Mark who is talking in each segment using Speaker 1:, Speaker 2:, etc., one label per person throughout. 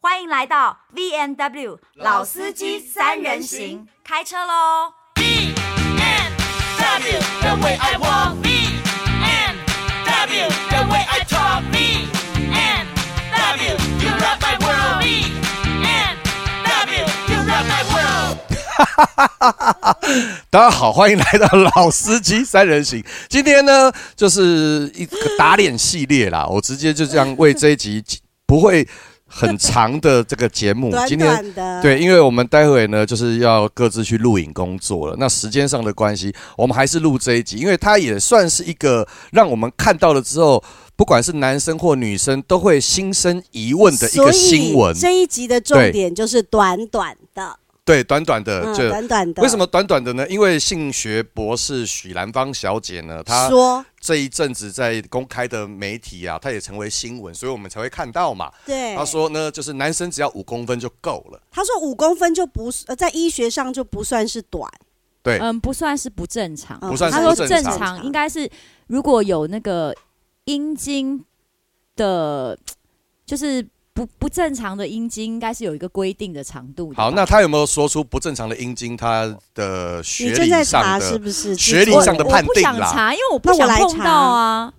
Speaker 1: 欢迎来到 V N W 老司机三人行，开车喽！
Speaker 2: BMW, the way I walk. BMW, the way I talk. BMW, you rock my world. BMW, you rock my world.
Speaker 3: 大家好，欢迎来到老司机三人行。今天呢，就是一个打脸系列啦，我直接就这样为这一集不会很长的这个节 目，
Speaker 4: 短
Speaker 3: 今天
Speaker 4: 短的，，
Speaker 3: 对，因为我们待会呢就是要各自去录影工作了，那时间上的关系，我们还是录这一集，因为它也算是一个让我们看到了之后，不管是男生或女生都会心生疑问的一
Speaker 4: 所
Speaker 3: 个
Speaker 4: 以
Speaker 3: 新闻。
Speaker 4: 这一集的重点就是短短的，
Speaker 3: 对，短短的
Speaker 4: 嗯，
Speaker 3: 就
Speaker 4: 短短的。
Speaker 3: 为什么短短的呢？因为性学博士许兰芳小姐呢，她
Speaker 4: 说
Speaker 3: 这一阵子在公开的媒体啊，她也成为新闻，所以我们才会看到嘛。
Speaker 4: 对？
Speaker 3: 她说呢，就是男生只要五公分就够了。
Speaker 4: 他说五公分就不是呃，在医学上就不算是短，
Speaker 3: 对，
Speaker 5: 嗯，不算是不正常。
Speaker 4: 嗯
Speaker 3: 不算是
Speaker 5: 他
Speaker 3: 不
Speaker 5: 说
Speaker 3: 正
Speaker 5: 正
Speaker 3: 常
Speaker 5: 常应该是如果有那个阴茎的，就是不不正常的阴茎，应该是有一个规定的长度的吧。
Speaker 3: 好，那她有没有说出不正常的阴茎？她的
Speaker 4: 你
Speaker 3: 学
Speaker 4: 正在
Speaker 3: 历
Speaker 4: 查
Speaker 3: 上
Speaker 4: 是
Speaker 3: 的，
Speaker 4: 不是？
Speaker 3: 学历
Speaker 4: 我
Speaker 3: 上的
Speaker 5: 我
Speaker 3: 判
Speaker 5: 不
Speaker 3: 定
Speaker 5: 想
Speaker 3: 啦。
Speaker 5: 查，因为我不
Speaker 4: 那我
Speaker 5: 想
Speaker 4: 来
Speaker 5: 碰
Speaker 4: 查
Speaker 5: 到啊。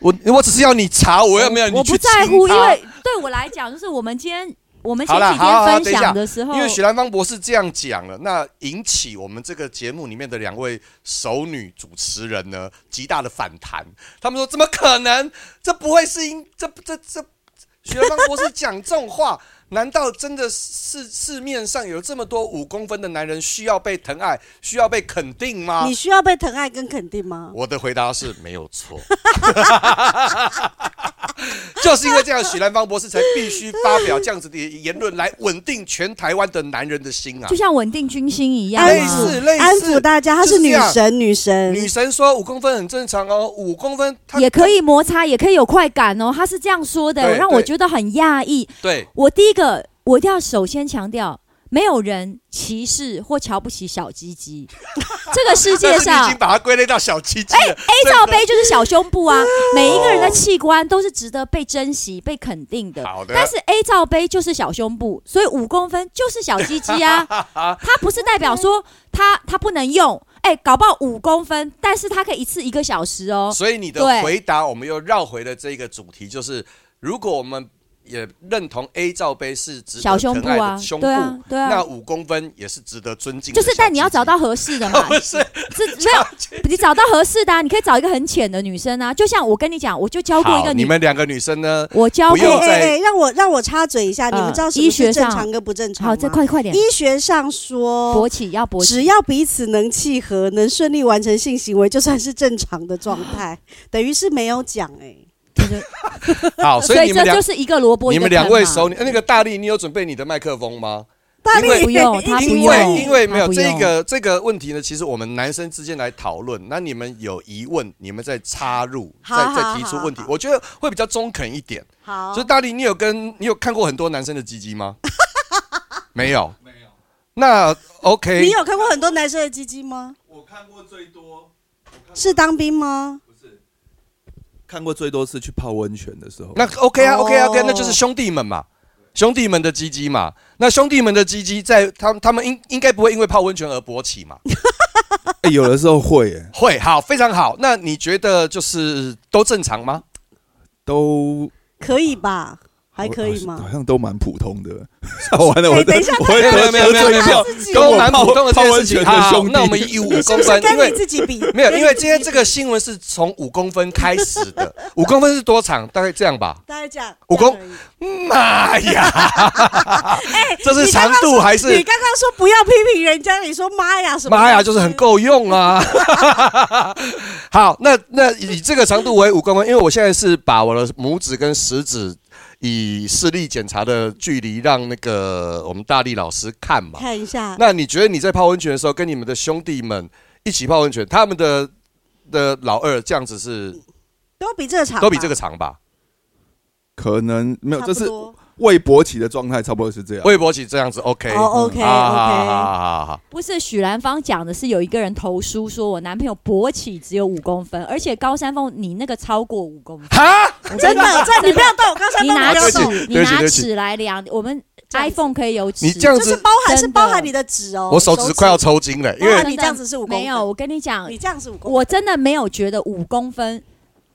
Speaker 3: 我我只是要你查，我要没有你
Speaker 5: 我
Speaker 3: 去
Speaker 5: 不在
Speaker 3: 亲
Speaker 5: 乎，
Speaker 3: 她
Speaker 5: 因为对我来讲，就是我们今天我们前
Speaker 3: 好啦
Speaker 5: 几
Speaker 3: 好好好
Speaker 5: 天分
Speaker 3: 等一下
Speaker 5: 享的时候，
Speaker 3: 因为许兰芳博士这样讲了，那引起我们这个节目里面的两位熟女主持人呢极大的反弹。他们说：“怎么可能？这不会是因 这这这许兰芳博士讲这种话？难道真的市市面上有这么多五公分的男人需要被疼爱，需要被肯定吗
Speaker 4: 你需要被疼爱跟肯定？”吗？
Speaker 3: 我的回答是没有错， 就是因为这样，许兰芳博士才必须发表这样子的言论，来稳定全台湾的男人的心啊哎
Speaker 5: 就！像稳定军心一样、
Speaker 4: 安
Speaker 3: 类
Speaker 5: 啊，
Speaker 3: 似
Speaker 4: 抚
Speaker 3: 类
Speaker 4: 嗯
Speaker 3: 似
Speaker 4: 安抚大家，她
Speaker 3: 就是是这
Speaker 4: 女
Speaker 3: 样
Speaker 4: 神，女神，
Speaker 3: 女神说五公分很正常哦，五公分她
Speaker 5: 也可以摩擦，也可以有快感哦。他是这样说的，
Speaker 3: 对
Speaker 5: 让我
Speaker 3: 对
Speaker 5: 觉得很讶异。
Speaker 3: 对
Speaker 5: 我第一个，我一定要首先强调，没有人歧视或瞧不起小鸡鸡。这个世界
Speaker 3: 但是你已
Speaker 5: 上
Speaker 3: 经把它归类到小鸡鸡了。
Speaker 5: ，A 罩杯就是小胸部啊，每一个人的器官都是值得被珍惜、被肯定的。
Speaker 3: 好的
Speaker 5: 但是 A 罩杯就是小胸部，所以五公分就是小鸡鸡 啊。它不是代表说它它不能用，哎、搞不好五公分，但是它可以一次一个小时哦。
Speaker 3: 所以你的
Speaker 5: 对
Speaker 3: 回答，我们又绕回了这个主题，就是如果我们也认同 A 罩杯是值
Speaker 5: 小
Speaker 3: 得
Speaker 5: 胸
Speaker 3: 疼
Speaker 5: 部
Speaker 3: 爱
Speaker 5: 啊
Speaker 3: 的胸部，
Speaker 5: 对啊对啊
Speaker 3: 那五公分也是值得尊敬的
Speaker 5: 就
Speaker 3: 小鸡鸡。
Speaker 5: 是，但你要找到合适的 嘛，
Speaker 3: 不是
Speaker 5: 这没有，你找到合适的、啊，你可以找一个很浅的女生啊。就像我跟你讲，我就教过一
Speaker 3: 好，
Speaker 5: 个
Speaker 3: 你
Speaker 5: 女，
Speaker 3: 们两个女生呢？
Speaker 5: 我教
Speaker 3: 不
Speaker 5: 过
Speaker 4: 哎
Speaker 3: 用
Speaker 4: 哎
Speaker 3: 再
Speaker 4: 哎，让我让我插嘴一下，你
Speaker 5: 呃
Speaker 4: 们知道什么
Speaker 5: 医学
Speaker 4: 是正
Speaker 5: 上
Speaker 4: 常跟不正常
Speaker 5: 好，这
Speaker 4: 吗？
Speaker 5: 快快点，
Speaker 4: 医学上说
Speaker 5: 勃。起要勃
Speaker 4: 只
Speaker 5: 起，
Speaker 4: 要彼此能契合，能顺利完成性行为，就算是正常的状态，等于是没有讲哎、
Speaker 3: 好，所
Speaker 5: 所
Speaker 3: 以
Speaker 5: 以
Speaker 3: 你们
Speaker 5: 这
Speaker 3: 两
Speaker 5: 就。是一个萝卜一
Speaker 3: 你
Speaker 5: 个
Speaker 3: 们
Speaker 5: 坑
Speaker 3: 两位
Speaker 5: 嘛
Speaker 3: 熟女，呃那个大力，你有准备你的麦克风吗？
Speaker 4: 大
Speaker 3: 因为
Speaker 4: 力
Speaker 5: 不用他不
Speaker 3: 因
Speaker 5: 用
Speaker 3: 为因为没有
Speaker 5: 他不
Speaker 3: 这
Speaker 5: 用
Speaker 3: 个这个问题呢，其实我们男生之间来讨论，那你们有疑问，你们再插入，
Speaker 4: 好
Speaker 3: 再
Speaker 4: 好
Speaker 3: 再提出问题
Speaker 4: 好，好
Speaker 3: 我觉得会比较中肯一点。
Speaker 4: 好
Speaker 5: 哦
Speaker 3: 所以大力，你有跟你有看过很多男生的鸡 鸡吗？没有，没有。那 OK，
Speaker 4: 你有看过很多男生的鸡鸡吗？
Speaker 6: 我看过最多，
Speaker 4: 是当兵吗？
Speaker 6: 看过最多次去泡温泉的时候。
Speaker 3: 那 OK 啊
Speaker 4: 哦
Speaker 3: ，OK 啊，OK，啊那就是兄弟们嘛，兄弟们的鸡鸡嘛。那兄弟们的鸡鸡在他他们应应该不会因为泡温泉而勃起嘛？
Speaker 6: 欸有的时候会、欸，
Speaker 3: 会，好，非常好。那你觉得就是都正常吗？
Speaker 6: 都
Speaker 4: 可以吧？还可以
Speaker 6: 好
Speaker 4: 吗？
Speaker 6: 像都蛮普通的。 完了，我
Speaker 4: 哎等一下
Speaker 6: 我会
Speaker 3: 没
Speaker 6: 得
Speaker 3: 有没有没有没
Speaker 6: 罪
Speaker 3: 有没
Speaker 6: 掉
Speaker 3: 有，都蛮普通的这
Speaker 6: 泡
Speaker 3: 件事
Speaker 6: 温泉
Speaker 3: 情。
Speaker 6: 的
Speaker 3: 好
Speaker 6: 兄，弟。
Speaker 3: 那我们以五 公
Speaker 4: 是
Speaker 3: 分，因
Speaker 4: 跟
Speaker 3: 为
Speaker 4: 你自己比，
Speaker 3: 没有，因为今天
Speaker 4: 跟你自己
Speaker 3: 这个新闻是从五公分开始的，五公分是多长？大概这样吧。
Speaker 4: 大家讲
Speaker 3: 武功，
Speaker 4: 这样而
Speaker 3: 妈呀！这是长度还
Speaker 4: 哎已你
Speaker 3: 是？
Speaker 4: 刚刚说不要批评人家，你说妈呀什么？
Speaker 3: 妈呀，就是很。够用啊！ 好，那那以这个长度为五公分，因为我现在是把我的拇指跟食指以视力检查的距离让那个我们大力老师看嘛。
Speaker 4: 看一下，
Speaker 3: 那你觉得你在泡温泉的时候，跟你们的兄弟们一起泡温泉，他们的的老二这样子是
Speaker 4: 嗯都比这个长吧，
Speaker 3: 都比这个长吧？
Speaker 6: 可能没有，
Speaker 4: 差
Speaker 6: 这
Speaker 4: 不
Speaker 6: 是
Speaker 4: 多
Speaker 6: 魏博奇的状态差不多是这样。
Speaker 3: 魏博奇这样子 OK，
Speaker 4: 哦，OK
Speaker 3: 啊好
Speaker 4: OK，
Speaker 3: 好好好好，
Speaker 5: 不是许兰芳讲的是有一个人投书说，我男朋友勃起只有五公分，而且高山峰你那个超过五 公分，
Speaker 3: 哈，
Speaker 4: 真的，这你不要动，刚才
Speaker 5: 你
Speaker 4: 帮我
Speaker 5: 拿
Speaker 4: 不要
Speaker 5: 尺
Speaker 4: 动，
Speaker 5: 你
Speaker 3: 对不起对
Speaker 5: 拿
Speaker 3: 不起
Speaker 5: 尺来量，我们
Speaker 4: 这样子
Speaker 5: iPhone 可以有尺。
Speaker 3: 你这样
Speaker 4: 就是
Speaker 3: 子，
Speaker 4: 包含是
Speaker 5: 真的
Speaker 4: 包含你的指哦，
Speaker 3: 我手指快要抽筋了，因
Speaker 4: 包含
Speaker 3: 为
Speaker 4: 你这样子是五公分，
Speaker 5: 没有，我跟你讲
Speaker 4: 你，这样是五公分，
Speaker 5: 我真的没有觉得五公分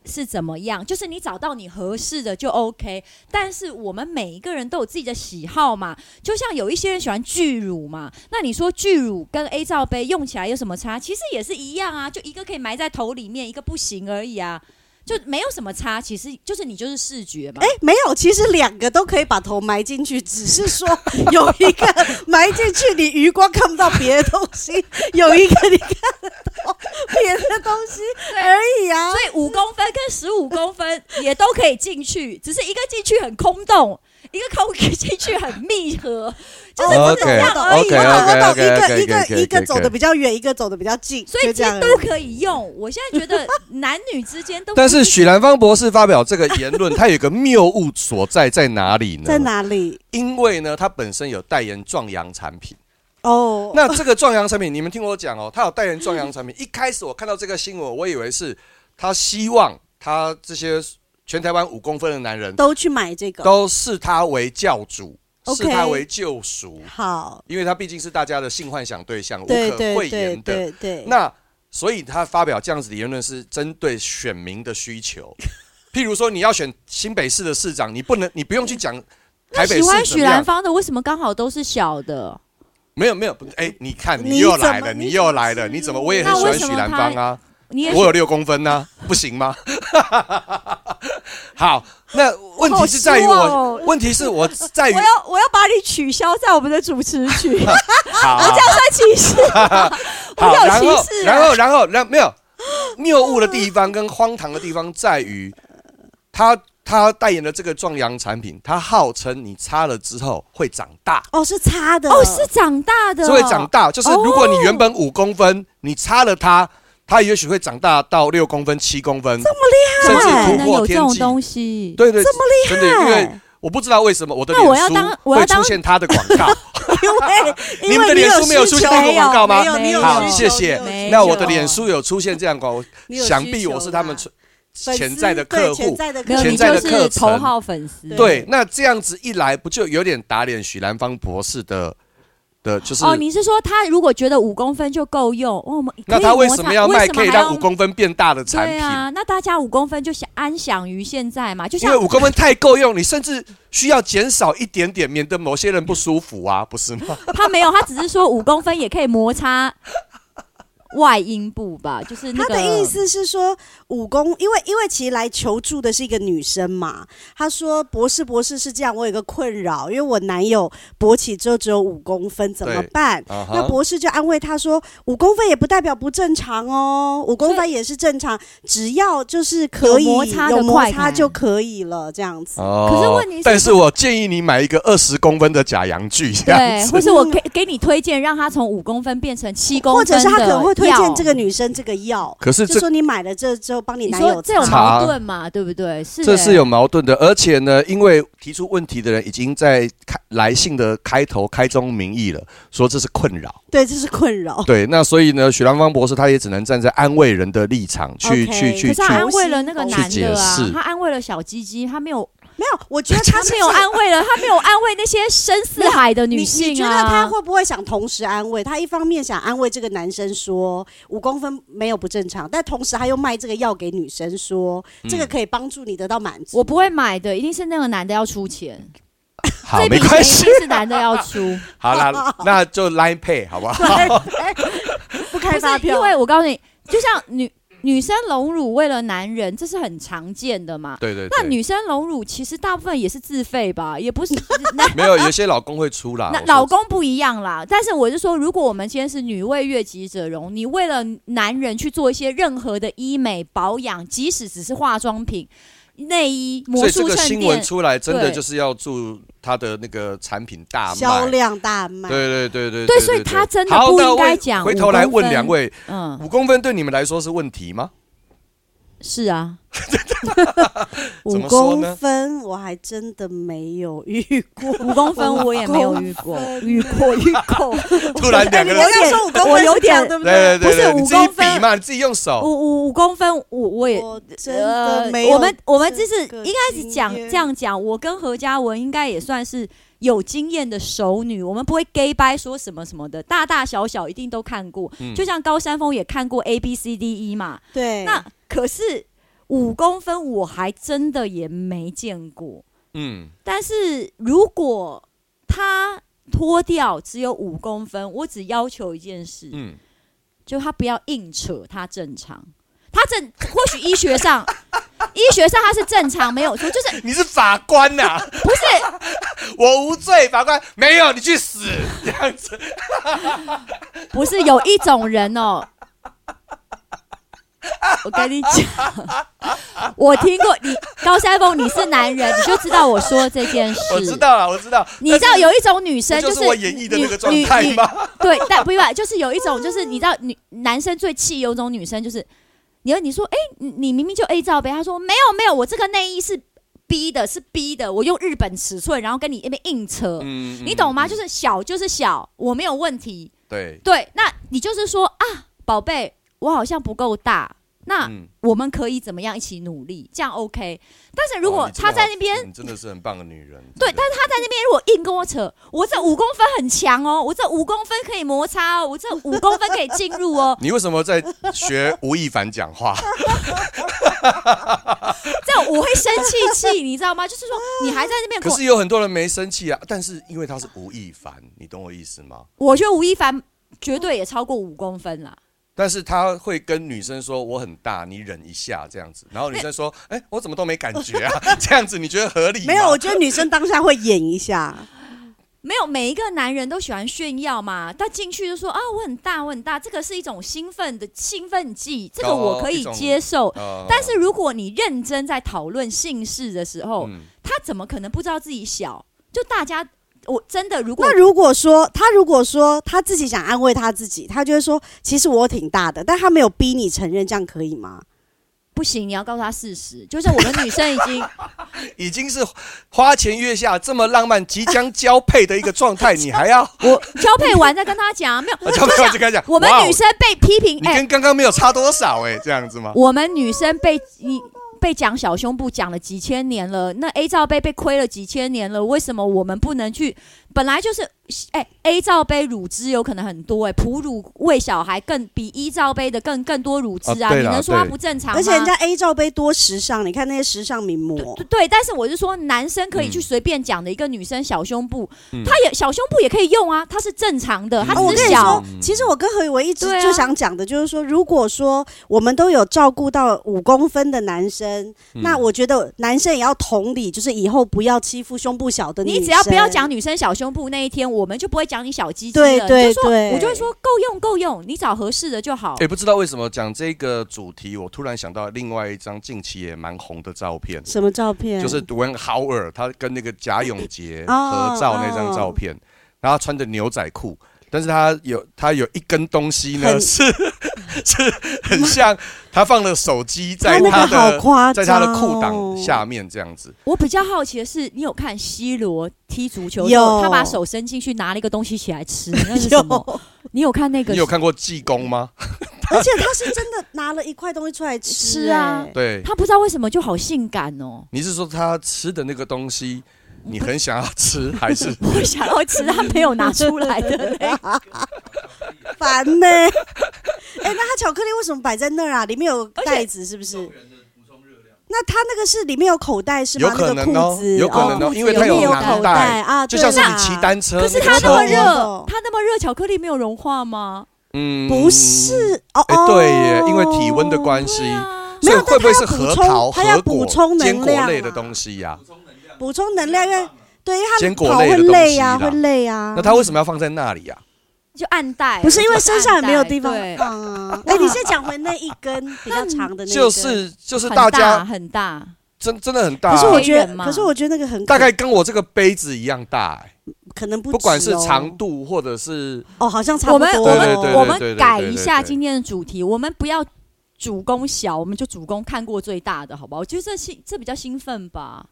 Speaker 5: 是怎么样，就是你找到你合适的就 OK。但是我们每一个人都有自己的喜好嘛，就像有一些人喜欢巨乳嘛，那你说巨乳跟 A 罩杯用起来有什么差？其实也是一样啊，就一个可以埋在头里面，一个不行而已啊。就没有什么差，其实就是你就是视觉嘛。
Speaker 4: 哎，没有，其实两个都可以把头埋进去，只是 说有一个埋进去，你余光看不到别的东西；有一个你看得到别的东西而已啊
Speaker 5: 所。以五公分跟十五公分也都可以进去，只是一个进去很空洞，一个空 进去很密合，就是
Speaker 3: 哦
Speaker 5: 这样而已
Speaker 4: 我
Speaker 5: 嘛。
Speaker 4: 懂，我懂，
Speaker 3: OK，OK，OK，OK，OK，
Speaker 4: 一
Speaker 3: OK，OK，OK，
Speaker 4: 个一个一
Speaker 3: OK，OK，OK
Speaker 4: 个走的比较远，一个走的比较近，
Speaker 5: 所以
Speaker 4: 就
Speaker 5: 其
Speaker 4: 这
Speaker 5: 实
Speaker 4: 样。
Speaker 5: 都可以用。我现在觉 得男女之间都，
Speaker 3: 但是许兰芳博士发表这个言 论，他有一个谬误所在在哪里呢？
Speaker 4: 在？哪里？
Speaker 3: 因为呢，他本身有代言壮阳产品。
Speaker 4: 哦，
Speaker 3: 那这个壮阳产品，你们听我讲哦，他有代言壮阳产品。一开始我看到这个新闻，我以为是他希望他这些全台湾五公分的男人
Speaker 4: 都去买这个。
Speaker 3: 都视他为教主，视
Speaker 4: OK
Speaker 3: 他为救赎，
Speaker 4: 好，
Speaker 3: 因为他毕竟是大家的性幻想对象，无
Speaker 4: 对
Speaker 3: 可
Speaker 4: 对
Speaker 3: 讳
Speaker 4: 对
Speaker 3: 言的。
Speaker 4: 对对。
Speaker 3: 那所以他发表这样子的言论是针对选民的 需求，譬如说你要选新北市的市长，你不能，你不用去讲台
Speaker 5: 那
Speaker 3: 北市
Speaker 5: 喜欢
Speaker 3: 怎
Speaker 5: 许
Speaker 3: 么
Speaker 5: 兰
Speaker 3: 样，
Speaker 5: 芳的为什么刚好都是小的？
Speaker 3: 没有没有，不哎、你看
Speaker 4: 你
Speaker 3: 你又
Speaker 4: 怎
Speaker 3: 来
Speaker 4: 么
Speaker 3: 了，你
Speaker 4: 你
Speaker 3: 又
Speaker 4: 怎么
Speaker 3: 来了，
Speaker 4: 知
Speaker 3: 你怎么我也很
Speaker 5: 那
Speaker 3: 喜
Speaker 5: 为
Speaker 3: 欢
Speaker 5: 什
Speaker 3: 许
Speaker 5: 么
Speaker 3: 兰
Speaker 5: 他
Speaker 3: 芳啊。
Speaker 5: 你也
Speaker 3: 我有六公分 呐、不行吗？ 好，那问题是在于
Speaker 5: 好失
Speaker 3: 我，
Speaker 5: 望哦
Speaker 3: 问题是我在于
Speaker 5: 我要我要把你取消在我们的主持区， 我
Speaker 3: 好，
Speaker 5: 歧视，
Speaker 3: 好，
Speaker 5: 我有
Speaker 3: 然后
Speaker 5: 歧视啊
Speaker 3: 然后然后然没有谬误的地方跟荒唐的地方在于，他他代言的这个壮阳产品，他号称你擦了之后会长大，
Speaker 4: 哦，是擦的
Speaker 5: 哦，是长大的哦，哦
Speaker 3: 是会长大，就是如果你原本五公分，你擦了它，它也许会长大到六公分、七公分，这
Speaker 5: 怎么
Speaker 3: 么厉
Speaker 5: 可
Speaker 3: 甚至
Speaker 5: 能
Speaker 3: 突
Speaker 5: 有
Speaker 3: 破
Speaker 5: 这
Speaker 3: 天
Speaker 5: 种
Speaker 3: 际。
Speaker 5: 东西？
Speaker 3: 对对，这么厉害，真的，因为
Speaker 4: 哎
Speaker 3: 我不知道为什么我的
Speaker 5: 那我要
Speaker 3: 脸书
Speaker 5: 当我要
Speaker 3: 会出
Speaker 5: 当
Speaker 3: 现他的广 告。
Speaker 4: 因为
Speaker 3: 你们的脸书没有出现这个广告吗
Speaker 4: 没有，你有
Speaker 3: 好
Speaker 4: 需求
Speaker 3: 谢谢
Speaker 4: 你有
Speaker 5: 啊
Speaker 4: 需求
Speaker 3: 那我的脸书有出现这样广告，
Speaker 4: 你有需求
Speaker 3: 想必我是他们存
Speaker 4: 粉丝
Speaker 3: 潜在的客
Speaker 4: 对潜
Speaker 3: 户。
Speaker 4: 在的
Speaker 5: 没
Speaker 4: 客
Speaker 5: 有，
Speaker 4: 户
Speaker 5: 你
Speaker 3: 潜在
Speaker 5: 就
Speaker 3: 的
Speaker 5: 是
Speaker 3: 课
Speaker 5: 头
Speaker 3: 程
Speaker 5: 号粉丝。
Speaker 3: 对，那这样子一来，不就有点打脸许兰芳博士的的，就是
Speaker 5: 哦，你是说他如果觉得五公分就够用，哦，我们
Speaker 3: 那
Speaker 5: 可以
Speaker 3: 他为
Speaker 5: 摩
Speaker 3: 什
Speaker 5: 擦
Speaker 3: 么要卖可以
Speaker 5: 还要
Speaker 3: 让五公分变大的产
Speaker 5: 对
Speaker 3: 品？
Speaker 5: 啊，那大家五公分就想安享于现在嘛，就
Speaker 3: 因
Speaker 5: 像
Speaker 3: 为五公分太够用，你甚至需要减少一点点，免得某些人不舒服啊， 不是吗？
Speaker 5: 他没有，他只是说五公分也可以摩擦外阴部吧，就是那
Speaker 4: 他
Speaker 5: 个
Speaker 4: 的意。思是说，武功，因为因为其实来求助的是一个女生嘛。她说：“博士，博士是这样，我有个困扰，因为我男友勃起之后只有五公分，怎么
Speaker 3: 对
Speaker 4: 办？”
Speaker 3: 啊
Speaker 4: 那博士就安慰她说：“五公分也不代表不正常哦，五公分也是正常，只要就是可以
Speaker 5: 有摩擦的
Speaker 4: 有摩
Speaker 5: 快
Speaker 4: 擦
Speaker 5: 感
Speaker 4: 就可以了，这样子。
Speaker 3: 哦
Speaker 5: 可是问题是
Speaker 3: 但是我建议你买一个二十公分的假阳具，这样
Speaker 5: 对，
Speaker 3: 子
Speaker 5: 或是我给给你推荐，让他从五公分变成七公
Speaker 4: 或
Speaker 5: 分的
Speaker 4: 者是
Speaker 5: 药，
Speaker 4: 他可能会推荐这个女生这个药，
Speaker 3: 可是
Speaker 4: 就
Speaker 3: 这
Speaker 4: 说你买了这之后帮你
Speaker 5: 你
Speaker 4: 男
Speaker 5: 说
Speaker 4: 友
Speaker 5: 这有
Speaker 4: 擦
Speaker 5: 矛盾嘛？对不对？是欸
Speaker 3: 这是有矛盾的，而且呢，因为提出问题的人已经在开来信的开头开宗明义了，说这是困扰。
Speaker 4: 对，这是困
Speaker 5: 哦
Speaker 4: 扰。
Speaker 3: 对，那所以呢，许兰芳博士他也只能站在安慰人的立场
Speaker 4: OK，
Speaker 3: 去去
Speaker 5: 可
Speaker 3: 去
Speaker 5: 是
Speaker 3: 去
Speaker 5: 他。安慰了那个
Speaker 4: 去
Speaker 5: 男
Speaker 3: 解
Speaker 5: 的啊
Speaker 3: 释，
Speaker 5: 他安慰了小鸡鸡，他没有，
Speaker 4: 没有，我觉得啊他
Speaker 5: 他
Speaker 4: 是
Speaker 5: 没有
Speaker 4: 不是
Speaker 5: 安慰了，他没有安慰那些深似海的女性啊。
Speaker 4: 你你觉得他会不会想同时安慰？他一方面想安慰这个男生说五公分没有不正常，但同时他又卖这个药给女生说、这
Speaker 3: 嗯
Speaker 4: 个可以帮助你得到满足。
Speaker 5: 我不会买的，一定是那个男的要出钱，
Speaker 3: 好，
Speaker 5: 这笔
Speaker 3: 没
Speaker 5: 钱
Speaker 3: 关
Speaker 5: 一
Speaker 3: 系，
Speaker 5: 定是男的要 出。
Speaker 3: 好啦，那就 Line Pay 好 不好？
Speaker 4: 不开
Speaker 5: 不
Speaker 4: 发
Speaker 5: 是
Speaker 4: 票，
Speaker 5: 因为我告诉你，就像女女生隆乳为了男人，这是很常见的嘛。
Speaker 3: 对对对。
Speaker 5: 那女生隆乳其实大部分也是自费吧，也 不是那
Speaker 3: 没有，有些老公会出啦。
Speaker 5: 那
Speaker 3: 啊我说
Speaker 5: 老公不一样啦。但是我是说，如果我们今天是女为悦己者容，你为了男人去做一些任何的医美保养，即使只是化妆品、内衣、
Speaker 3: 所
Speaker 5: 魔
Speaker 3: 以这
Speaker 5: 术
Speaker 3: 个
Speaker 5: 衬
Speaker 3: 新闻
Speaker 5: 垫，
Speaker 3: 出来，真的
Speaker 5: 对
Speaker 3: 就是要祝他的那个产品大卖
Speaker 4: 销量大卖。
Speaker 3: 对对对对
Speaker 5: 对所以他真的不应该讲
Speaker 3: 回
Speaker 5: 五
Speaker 3: 头来
Speaker 5: 公
Speaker 3: 问
Speaker 5: 分
Speaker 3: 两位，
Speaker 5: 嗯，
Speaker 3: 五公分对你们来说是问题吗？
Speaker 5: 是啊，
Speaker 4: 五
Speaker 3: 么说
Speaker 4: 公
Speaker 3: 呢
Speaker 4: 分我还真的没有遇过，
Speaker 5: 五公分我也没有遇过，遇过遇过，
Speaker 3: 突然两
Speaker 4: 哎
Speaker 3: 个人
Speaker 5: 我有点
Speaker 4: 说五公
Speaker 5: 我
Speaker 4: 分
Speaker 5: 有
Speaker 4: 是这样
Speaker 5: 点
Speaker 4: 对不
Speaker 3: 对
Speaker 4: 对？
Speaker 3: 对对对，
Speaker 5: 不是
Speaker 3: 你自己
Speaker 5: 五公分
Speaker 3: 比嘛，你自己用手。
Speaker 5: 五五五公分，我我也
Speaker 4: 我哦真的没有。
Speaker 5: 呃我们我们就
Speaker 4: 这
Speaker 5: 是
Speaker 4: 个
Speaker 5: 一开始讲
Speaker 4: 经验
Speaker 5: 这样讲，我跟何嘉文应该也算是有经验的熟女，我们不会 gay 掰说什么什么的，大大小小一定都看过。
Speaker 3: 嗯
Speaker 5: 就像高山峰也看过 A B C D E 嘛，
Speaker 4: 对，
Speaker 5: 那可是五公分我还真的也没见过。
Speaker 3: 嗯，
Speaker 5: 但是如果他脱掉只有五公分，我只要求一件事，
Speaker 3: 嗯
Speaker 5: 就他不要硬扯，他正常，他正或许医学上，医学上他是正常没有错，就是
Speaker 3: 你是法官呐、
Speaker 5: 不是
Speaker 3: 我无罪，法官没有，你去死这样子。
Speaker 5: 不是有一种人哦。我跟你讲，我听过你高山峰，你是男人，你就知道我说这件事。
Speaker 3: 我知道了，我知道。
Speaker 5: 你知道有一种女生
Speaker 3: 这就是是我演绎的那个状
Speaker 5: 女
Speaker 3: 态
Speaker 5: 女
Speaker 3: 吗？
Speaker 5: 对，但不意外，就是有一种，就是你知道，女男生最气有种女生，就是你你说，哎、你你明明就 A 罩杯，他说没有没有，我这个内衣是 B 的，是 B 的，我用日本尺寸，然后跟你那边硬扯，
Speaker 3: 嗯
Speaker 5: 你懂吗？就是是小就是小，我没有问题。
Speaker 3: 对，
Speaker 5: 对，那你就是说啊，宝贝，我好像不够大，那
Speaker 3: 嗯，
Speaker 5: 我们可以怎么样一起努力，这样 OK。但是如
Speaker 3: 哇
Speaker 5: 果
Speaker 3: 你真
Speaker 5: 他
Speaker 3: 的
Speaker 5: 在
Speaker 3: 好
Speaker 5: 那边
Speaker 3: 你真的是很棒的女人。
Speaker 5: 对
Speaker 3: 真的，
Speaker 5: 他在那边如果硬跟我扯，我这五公分很强哦，我这五公分可以摩擦哦，我这五公分可以进入哦
Speaker 3: 你为什么在学吴亦凡讲话？
Speaker 5: 这样我会生气气，你知道吗？ 就是说你还在那边
Speaker 3: 可
Speaker 5: 跟我，
Speaker 3: 是有很多人没生气啊，但是因为他是吴亦凡，你懂我意思吗？
Speaker 5: 我觉得吴亦凡绝对也超过五公分啦。
Speaker 3: 但是他会跟女生说我很大，你忍一下这样子，然后女生说，哎、我怎么都没感觉啊， 这样子你觉得合理吗？
Speaker 4: 没有，我觉得女生当下会演一下，
Speaker 5: 没有每一个男人都喜欢炫耀嘛，他进去就说啊我很大我很大，这个是一种兴奋的兴奋剂，这个我可以接受。
Speaker 3: 呃
Speaker 5: 但是如果你认真在讨论姓氏的时候，
Speaker 3: 嗯
Speaker 5: 他怎么可能不知道自己小？就大家我真的如果
Speaker 4: 那如果说他如果说他自己想安慰他自己，他就会说其实我挺大的，但他没有逼你承认，这样可以吗？
Speaker 5: 不行，你要告诉他事实，就是我们女生已经
Speaker 3: 已经是花前月下这么浪漫、即将交配的一个状态，你 还要？
Speaker 5: 我交配完再跟他讲，没有，
Speaker 3: 哦交配完就跟他讲，
Speaker 5: 啊我们
Speaker 3: 哇哦
Speaker 5: 女生被批评
Speaker 3: 你，
Speaker 5: 哎、
Speaker 3: 跟刚刚没有差多少哎、这样子吗？
Speaker 5: 我们女生被你被讲小胸部讲了几千年了，那 A 罩杯被亏了几千年了，为什么我们不能去？本来就是，哎、a 罩杯乳汁有可能很多、哎，哺乳喂小孩更比一罩杯的更更多乳汁啊，
Speaker 3: 哦对
Speaker 5: 你
Speaker 3: 啦
Speaker 5: 能说它
Speaker 3: 对
Speaker 5: 不正常吗？
Speaker 4: 而且人家 A 罩杯多时尚，你看那些时尚名模
Speaker 5: 对，对，但是我是说，男生可以去
Speaker 3: 嗯
Speaker 5: 随便讲的一个女生小胸部，
Speaker 3: 嗯
Speaker 5: 她也小胸部也可以用啊，它是正常的，它
Speaker 3: 哦
Speaker 4: 嗯我
Speaker 5: 只
Speaker 4: 跟
Speaker 5: 是
Speaker 4: 你
Speaker 5: 小
Speaker 4: 说。，其实我跟何以为一直
Speaker 5: 对啊
Speaker 4: 就想讲的就是说，如果说我们都有照顾到五公分的男生，
Speaker 3: 嗯
Speaker 4: 那我觉得男生也要同理，就是以后不要欺负胸部小呃的女
Speaker 5: 你
Speaker 4: 生。
Speaker 5: 只要不要讲女生小胸部那一天，我们就不会讲你小鸡鸡了。
Speaker 4: 对对
Speaker 5: 你就说
Speaker 4: 对
Speaker 5: 我就会说够用够用，你找合适的就好
Speaker 3: 也、。不知道为什么讲这个主题，我突然想到另外一张近期也蛮红的照片，
Speaker 4: 什么照片，
Speaker 3: 就是杜恩豪尔他跟那个贾永杰
Speaker 4: 哦
Speaker 3: 合照那张照片，然后他穿着牛仔裤，但是他有他有一根东西呢，
Speaker 4: 很
Speaker 3: 是是很像他放了手机
Speaker 4: 他
Speaker 3: 在
Speaker 4: 那
Speaker 3: 他
Speaker 4: 个好
Speaker 3: 的
Speaker 4: 夸张
Speaker 3: 在
Speaker 4: 哦，
Speaker 3: 他的裤裆下面这样子，
Speaker 5: 我比较好奇的是，你有看 C 罗踢足球的时
Speaker 4: 有
Speaker 5: 候，他把手伸进去拿了一个东西起来吃，那 是什么？
Speaker 4: 有，
Speaker 5: 你有看那个？
Speaker 3: 你有看过济 公吗？
Speaker 4: 而且他是真的拿了一块东西出来吃、
Speaker 5: 吃啊
Speaker 4: 哎
Speaker 3: 对，
Speaker 5: 他不知道为什么就好性感哦，
Speaker 3: 你是说他吃的那个东西你很想要 吃，还是
Speaker 5: 我想要吃他没有拿出来的 那个。
Speaker 4: 烦呢、 哎、那它巧克力为什么摆在那儿啊？里面有袋子是不是？那它那个是里面有口袋是吗？
Speaker 3: 有可能哦
Speaker 4: 那个裤子
Speaker 3: 有可能哦
Speaker 4: 裤子
Speaker 3: 因为它
Speaker 4: 里面
Speaker 3: 有
Speaker 4: 有
Speaker 3: 囊
Speaker 4: 口
Speaker 3: 袋
Speaker 4: 啊，
Speaker 3: 就像是
Speaker 4: 对啦
Speaker 3: 你骑。单车，
Speaker 5: 可是他
Speaker 3: 那个
Speaker 5: 那
Speaker 3: 车
Speaker 5: 么
Speaker 4: 我
Speaker 5: 热，
Speaker 4: 懂
Speaker 5: 他那么热，巧克力没有融化吗？
Speaker 3: 嗯
Speaker 4: 不是哦、
Speaker 3: 哎、
Speaker 4: 哦
Speaker 3: 对耶，因为体温的关系，
Speaker 5: 对啊，
Speaker 4: 没
Speaker 3: 所以
Speaker 4: 有
Speaker 3: 会不会是
Speaker 4: 但它要补
Speaker 3: 核
Speaker 4: 充
Speaker 3: 桃、
Speaker 4: 它要
Speaker 3: 核果
Speaker 4: 补充、能
Speaker 3: 坚果
Speaker 4: 量
Speaker 3: 类
Speaker 4: 啊
Speaker 3: 的东西呀、
Speaker 4: 补充能量，因为对，因为
Speaker 3: 坚
Speaker 4: 它
Speaker 3: 果
Speaker 4: 跑
Speaker 3: 类
Speaker 4: 会
Speaker 3: 的东
Speaker 4: 累
Speaker 3: 西
Speaker 4: 啊，
Speaker 3: 啦
Speaker 4: 会累啊。
Speaker 3: 那它为什么要放在那里呀、
Speaker 5: 就暗带，
Speaker 4: 不是因为
Speaker 5: 就
Speaker 4: 身上也没有
Speaker 5: 暗带
Speaker 4: 地方
Speaker 5: 对
Speaker 4: 放啊。哎、你 先讲回那一根比较长的那一根，
Speaker 3: 就是就是
Speaker 5: 很
Speaker 3: 大家
Speaker 5: 很大，
Speaker 3: 真真的很大、
Speaker 4: 可是我觉
Speaker 5: 黑人
Speaker 4: 得，
Speaker 5: 嘛
Speaker 4: 可是我觉得那个很可
Speaker 3: 大概跟我这个杯子一样大、哎
Speaker 4: 可能不
Speaker 3: 不管是
Speaker 4: 止哦
Speaker 3: 长度或者是
Speaker 4: 哦，好像差
Speaker 5: 我
Speaker 4: 不
Speaker 5: 们
Speaker 4: 多
Speaker 5: 我
Speaker 4: 哦。
Speaker 3: 对对对
Speaker 5: 们我
Speaker 3: 对对
Speaker 5: 们
Speaker 3: 对
Speaker 5: 改
Speaker 3: 对
Speaker 5: 一
Speaker 3: 对
Speaker 5: 下
Speaker 3: 对
Speaker 5: 今天的主题，我们不要主攻小，我们就主攻看过最大的，好不好？我觉得这兴这比较兴奋吧。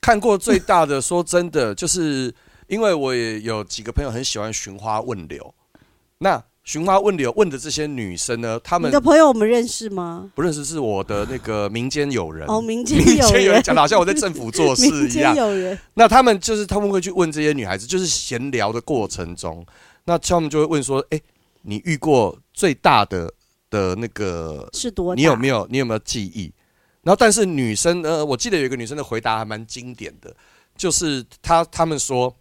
Speaker 3: 看过最大的，说真的， 就是因为我也有几个朋友很喜欢寻花问柳，那寻花问柳问的这些女生呢，她
Speaker 4: 你
Speaker 3: 们
Speaker 4: 的朋友我们认识吗？
Speaker 3: 不认识是我的那个民间友人。
Speaker 4: 哦，民间
Speaker 3: 民
Speaker 4: 有
Speaker 3: 间友
Speaker 4: 人
Speaker 3: 人，讲的好像我在政府做事
Speaker 4: 民
Speaker 3: 一样
Speaker 4: 间，有人，
Speaker 3: 那他们就是他们会去问这些女孩子，就是闲聊的过程中，那他们就会问说：“哎、你遇过最大的的那个，
Speaker 4: 是多大？
Speaker 3: 你有没有你有没有记忆？”然后，但是女生呢，我记得有一个女生的回答还蛮经典的，就是她她们说：“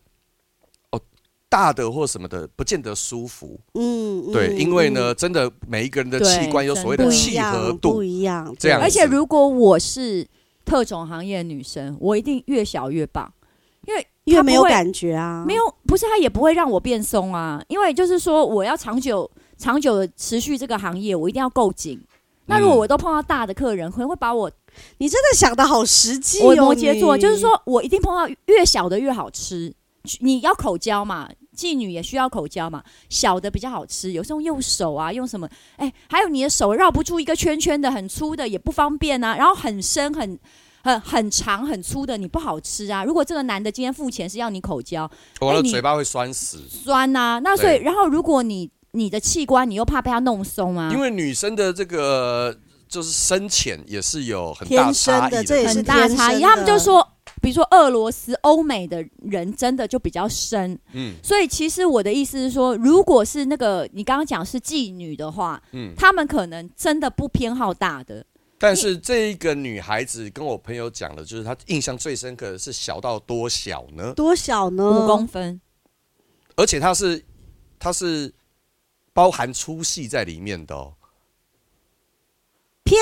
Speaker 3: 哦，大的或什么的，不见得舒服。
Speaker 4: 嗯，嗯
Speaker 3: 对，因为呢，
Speaker 4: 嗯
Speaker 3: 真的每一个人的
Speaker 5: 对
Speaker 3: 器官有所谓的
Speaker 4: 不
Speaker 5: 真的
Speaker 4: 一
Speaker 3: 契合
Speaker 4: 样，不
Speaker 3: 度，
Speaker 4: 一样，
Speaker 3: 这样
Speaker 5: 而
Speaker 4: 对
Speaker 5: 且如果我是特种行业的女生，我一定越小越棒，因为
Speaker 4: 越
Speaker 5: 他
Speaker 4: 没
Speaker 5: 不
Speaker 4: 有
Speaker 5: 会
Speaker 4: 感觉啊，
Speaker 5: 没有，不是他也不会让我变松啊，因为就是说我要长久长久的持续这个行业，我一定要够紧。那如果
Speaker 3: 嗯
Speaker 5: 我都碰到大的客人，可能会把我
Speaker 4: 你真的想的好实际哦，
Speaker 5: 我摩羯座，
Speaker 4: 你
Speaker 5: 就是，说我一定碰到越小的越好吃。你要口交嘛，妓女也需要口交嘛，小的比较好吃，有时候用手啊，用什么？哎，还有你的手绕不住一个圈圈的，很粗的也不方便啊。然后很深、很很很长、很粗的你不好吃啊。如果这个男的今天付钱是要你口交，
Speaker 3: 我的
Speaker 5: 哎你
Speaker 3: 嘴巴会酸死。
Speaker 5: 酸呐、那所以
Speaker 3: 对
Speaker 5: 然后如果你你的器官你又怕被他弄松啊，
Speaker 3: 因为女生的这个呃就是深浅也是有很大
Speaker 4: 天生
Speaker 3: 差
Speaker 4: 的
Speaker 3: 异嗯
Speaker 4: 这也是
Speaker 5: 很大
Speaker 4: 天
Speaker 5: 差
Speaker 4: 生
Speaker 5: 异。他们就
Speaker 4: 的
Speaker 5: 说，比如说俄罗斯、欧美的人真的就比较深，
Speaker 3: 嗯
Speaker 5: 所以其实我的意思是说，如果是那个你刚刚讲是妓女的话，
Speaker 3: 嗯。
Speaker 5: 他们可能真的不偏好大的，
Speaker 3: 但是这一个女孩子跟我朋友讲的，就是她印象最深刻的是小到多小呢？
Speaker 4: 多小呢？
Speaker 5: 五公分，
Speaker 3: 而且她是她是包含粗细在里面的哦。
Speaker 4: 骗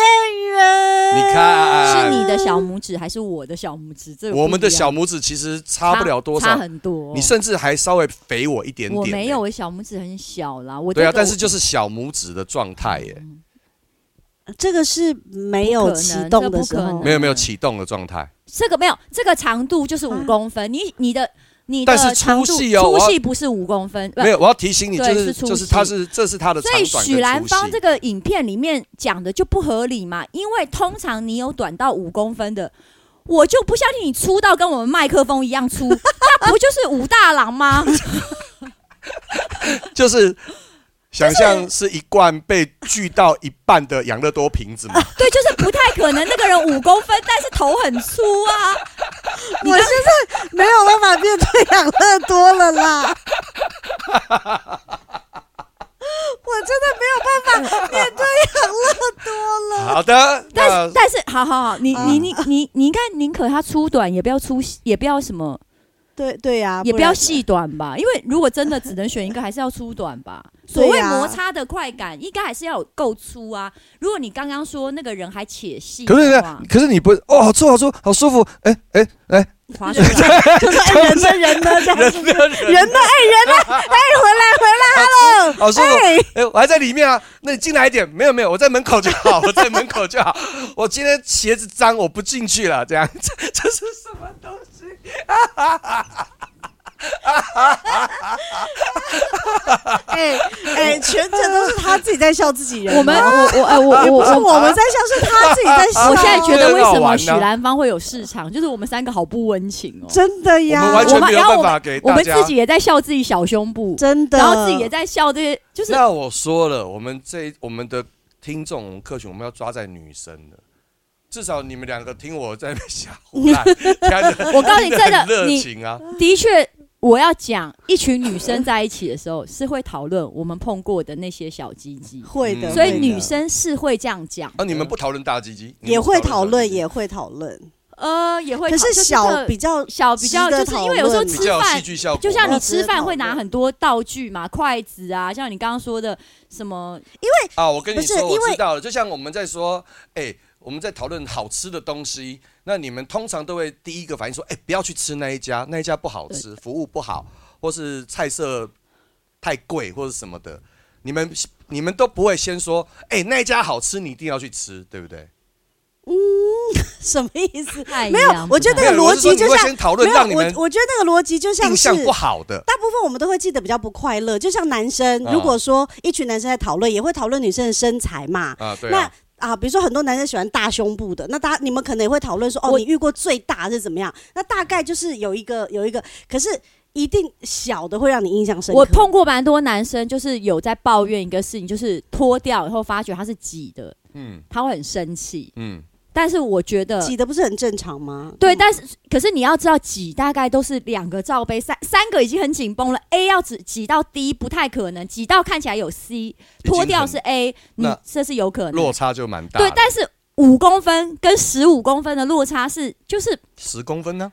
Speaker 4: 人，
Speaker 3: 你看，啊
Speaker 5: 是你的小拇指还是我的小拇指？这个不
Speaker 3: 我们的
Speaker 5: 一样
Speaker 3: 小拇指其实差不了多
Speaker 5: 差
Speaker 3: 少，
Speaker 5: 很多。
Speaker 3: 你甚至还稍微肥我一点点。
Speaker 5: 我没有，。我小拇指很小啦。我
Speaker 3: 对啊，
Speaker 5: 这个
Speaker 3: 但是就是小拇指的状态耶，
Speaker 4: 这个是没
Speaker 5: 不
Speaker 4: 有
Speaker 5: 可
Speaker 4: 启
Speaker 5: 能
Speaker 4: 动
Speaker 5: 这
Speaker 4: 的
Speaker 5: 不
Speaker 4: 时
Speaker 5: 可
Speaker 4: 候
Speaker 5: 能，
Speaker 3: 啊没有没有启动的状态。
Speaker 5: 这个没有，这个长度就是五
Speaker 4: 啊
Speaker 5: 公分。你你的你
Speaker 3: 但是
Speaker 5: 的
Speaker 3: 粗
Speaker 5: 长度
Speaker 3: 细哦我要
Speaker 5: 粗细不是五公分，不
Speaker 3: 没有，我要提醒你，就
Speaker 5: 对
Speaker 3: 是
Speaker 5: 是粗
Speaker 3: 就是
Speaker 5: 细
Speaker 3: 她是这是她的长
Speaker 5: 所以
Speaker 3: 短
Speaker 5: 许
Speaker 3: 跟
Speaker 5: 兰
Speaker 3: 粗
Speaker 5: 芳
Speaker 3: 细
Speaker 5: 这。个影片里面讲的就不合理嘛，因为通常你有短到五公分的，我就不相信你粗到跟我们麦克风一样 粗，那不就是武大郎吗？
Speaker 3: 就是想象是一罐被锯到一半的养乐多瓶子嘛，
Speaker 5: 对，就是不太可能那个人五公分，但是头很粗啊。
Speaker 4: 我现在 没有办法面对养乐多了啦。 我真的没有办法面对养乐 多了。
Speaker 3: 好的，
Speaker 5: 但是、
Speaker 3: 那
Speaker 5: 但是，好好好，你
Speaker 4: 啊
Speaker 5: 你你你你应该宁可他粗短，也不要粗，也不要什么，
Speaker 4: 对对呀、
Speaker 5: 啊也不
Speaker 4: 然
Speaker 5: 要
Speaker 4: 呢
Speaker 5: 细短吧，因为如果真的只能选一个，还是要粗短 吧。所
Speaker 4: 对
Speaker 5: 谓
Speaker 4: 啊
Speaker 5: 摩擦的快感，应该还是要有够粗啊。如果你刚刚说那个人还且细
Speaker 3: 可
Speaker 5: 的
Speaker 3: 是
Speaker 5: 话，
Speaker 3: 可是你不哦，好粗好粗，好舒服，哎哎哎，
Speaker 5: 划 水吧
Speaker 4: 就是哎人呢人呢这样子，人呢哎人呢哎回来回来，hello，
Speaker 3: 好舒服，
Speaker 4: 哎
Speaker 3: 哎，我还在里面啊，那你进来一点，没有没有，我在门口就好，我在门口就好，我今天鞋子脏，我不进去了，这样，这这是什么东西？
Speaker 4: 哎哎，全程都是他自己在笑自己人哦。
Speaker 5: 我们我我哎我
Speaker 4: 不
Speaker 5: 我
Speaker 4: 是
Speaker 5: 我。
Speaker 4: 我们在笑，是他自己在笑。
Speaker 5: 我现在觉得为什么许
Speaker 3: 啊很好玩啊
Speaker 5: 兰芳会有市场，就是我们三个好不温情哦。
Speaker 4: 真的
Speaker 3: 我
Speaker 4: 呀，
Speaker 3: 们完
Speaker 5: 我
Speaker 3: 全
Speaker 5: 们
Speaker 3: 没有
Speaker 5: 然后
Speaker 3: 办
Speaker 5: 我
Speaker 3: 法给
Speaker 5: 我
Speaker 3: 大
Speaker 5: 们
Speaker 3: 家。
Speaker 5: 自己也在笑自己小胸部，
Speaker 4: 真的，
Speaker 5: 然后自己也在笑这些，就是
Speaker 3: 那我说了，我们这一我们的听众我们客群，我们要抓在女生的，至少你们两个听我在那边瞎胡 乱，
Speaker 5: 我告诉你，
Speaker 3: 听得
Speaker 5: 真的，
Speaker 3: 很热
Speaker 5: 你
Speaker 3: 情啊，
Speaker 5: 的确，我要讲，一群女生在一起的时候是会讨论我们碰过的那些小鸡鸡，
Speaker 4: 会的，
Speaker 3: 嗯
Speaker 5: 所
Speaker 4: 会
Speaker 5: 以
Speaker 4: 的
Speaker 5: 女生是会这样讲的。
Speaker 3: 啊，你们不讨论大鸡鸡，你们
Speaker 4: 也会
Speaker 3: 不
Speaker 4: 讨论，
Speaker 3: 小鸡鸡
Speaker 4: 也会讨论。
Speaker 5: 呃也会讨，
Speaker 4: 可是
Speaker 5: 就是
Speaker 4: 小
Speaker 5: 这
Speaker 4: 比较
Speaker 5: 小比较，
Speaker 4: 值得
Speaker 5: 就是因为有时
Speaker 4: 讨
Speaker 5: 候
Speaker 4: 论
Speaker 5: 吃
Speaker 3: 比较有戏
Speaker 5: 饭，
Speaker 3: 剧效果。啊
Speaker 5: 就像你吃
Speaker 4: 值得讨
Speaker 5: 饭
Speaker 4: 论
Speaker 5: 会拿很多道具嘛，筷子啊，像你刚刚说的什么，
Speaker 3: 啊，我跟你
Speaker 4: 不是
Speaker 3: 说，我
Speaker 4: 因为
Speaker 3: 知道了。就像我们在说，哎、我们在讨论好吃的东西，那你们通常都会第一个反应说，哎、不要去吃那一家，那一家不好吃，服务不好，或是菜色太贵，或是什么的。你们你们都不会先说，哎、那一家好吃，你一定要去吃，对不对？
Speaker 4: 什么意思？
Speaker 5: 哎
Speaker 4: 没有
Speaker 5: 呀，
Speaker 4: 我觉得
Speaker 5: 不
Speaker 4: 那个
Speaker 3: 没有我
Speaker 4: 逻
Speaker 3: 是说
Speaker 4: 辑就
Speaker 3: 你会
Speaker 4: 像
Speaker 3: 先讨
Speaker 4: 没
Speaker 3: 论，
Speaker 4: 有，
Speaker 3: 让你们
Speaker 4: 我我觉得那个逻辑就像
Speaker 3: 印象
Speaker 4: 是
Speaker 3: 不。好的。
Speaker 4: 大部分我们都会记得比较不快乐，就像男生，
Speaker 3: 啊
Speaker 4: 如果说一群男生在讨论，也会讨论女生的身材嘛。
Speaker 3: 啊，对
Speaker 4: 那
Speaker 3: 啊，
Speaker 4: 啊，比如说很多男生喜欢大胸部的，那大家你们可能也会讨论说，哦，
Speaker 5: 我
Speaker 4: 你遇过最大是怎么样？那大概就是有一个有一个，可是一定小的会让你印象深刻。
Speaker 5: 我碰过蛮多男生，就是有在抱怨一个事情，就是脱掉以后发觉它是挤的，
Speaker 3: 嗯
Speaker 5: 他会很生气。
Speaker 3: 嗯，
Speaker 5: 但是我觉得
Speaker 4: 挤的不是很正常吗？
Speaker 5: 对，但是可是你要知道，挤大概都是两个罩杯，三三个已经很紧绷了。A 要只挤到 D 不太可能，挤到看起来有 C，脱掉是 A，你
Speaker 3: 那
Speaker 5: 这是有可能。
Speaker 3: 落差就蛮大的。
Speaker 5: 对，但是五公分跟十五公分的落差是就是
Speaker 3: 十公分呢？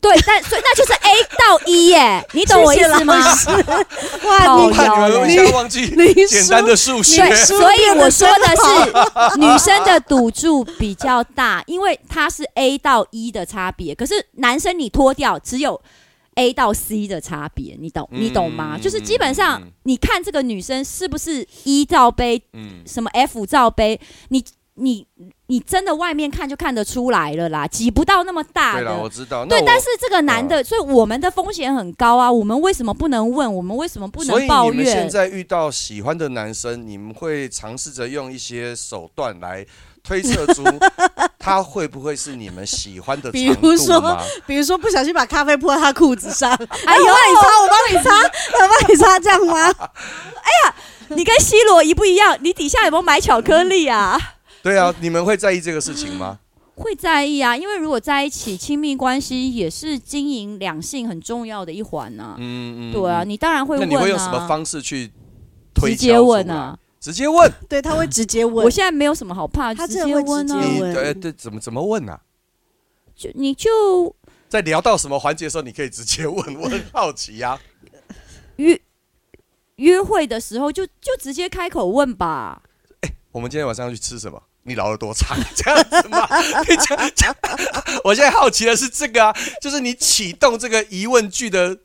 Speaker 5: 对，但所以那就是 A 到一耶，你懂我意思吗？
Speaker 4: 哇，
Speaker 5: 好
Speaker 4: 哦你
Speaker 5: 看
Speaker 3: 怕你
Speaker 5: 有
Speaker 3: 们
Speaker 5: 欸
Speaker 3: 一下忘记
Speaker 4: 你
Speaker 3: 简单的数学
Speaker 5: 对，
Speaker 4: 书
Speaker 5: 所以
Speaker 4: 变得
Speaker 5: 我说的是 女生的赌注比较大，因为它是 A 到一的差别，可是男生你脱掉只有 A 到 C 的差别，你懂
Speaker 3: 嗯
Speaker 5: 你懂吗？就是基本上
Speaker 3: 嗯
Speaker 5: 你看这个女生是不是一罩杯，
Speaker 3: 嗯，
Speaker 5: 什么 F 罩杯，你你你真的外面看就看得出来了啦，挤不到那么大
Speaker 3: 对了，我
Speaker 5: 的。
Speaker 3: 知道。那
Speaker 5: 对，
Speaker 3: 我嗯
Speaker 5: 但是这个男的，所以我们的风险很高啊！我们为什么不能问？我们为什么不
Speaker 3: 所以
Speaker 5: 能
Speaker 3: 你
Speaker 5: 抱
Speaker 3: 们
Speaker 5: 怨？
Speaker 3: 现在遇到喜欢的男生，你们会尝试着用一些手段来推测出他会不会是你们喜欢的
Speaker 4: 比
Speaker 3: 长
Speaker 4: 如
Speaker 3: 度
Speaker 4: 说
Speaker 3: 吗？
Speaker 4: 比如说不小心把咖啡泼到他裤子 上，
Speaker 5: 哎呦
Speaker 4: 我帮你擦，我帮你擦，我帮你擦，这样吗？
Speaker 5: 你跟 C 罗一不一样？你底下有没有买巧克力啊？
Speaker 3: 对啊，你们会在意这个事情吗？
Speaker 5: 会在意啊，因为如果在一起，亲密关系也是经营两性很重要的一环啊。
Speaker 3: 嗯嗯，
Speaker 5: 对啊，
Speaker 3: 嗯。
Speaker 5: 你当然会
Speaker 3: 那
Speaker 5: 问啊。
Speaker 3: 你会用什么方式去推
Speaker 5: 直
Speaker 3: 敲
Speaker 5: 接问
Speaker 3: 出来？
Speaker 5: 啊？
Speaker 3: 直接问
Speaker 4: 对，他会直接问
Speaker 5: 我。现在没有什么好怕，
Speaker 4: 他
Speaker 5: 直
Speaker 4: 真的
Speaker 5: 接
Speaker 4: 会
Speaker 5: 问
Speaker 4: 直接
Speaker 5: 啊。
Speaker 3: 你
Speaker 4: 问
Speaker 3: 对对怎么怎么问啊？
Speaker 5: 就你就
Speaker 3: 在聊到什么环节的时候，你可以直接问，我很好奇呀、啊。
Speaker 5: 约约会的时候就就直接开口问吧。
Speaker 3: 我们今天晚上要去吃什么？你老了多长？ 这样子吗？你讲讲，我现在好奇的是这个啊，就是你启动这个疑问句的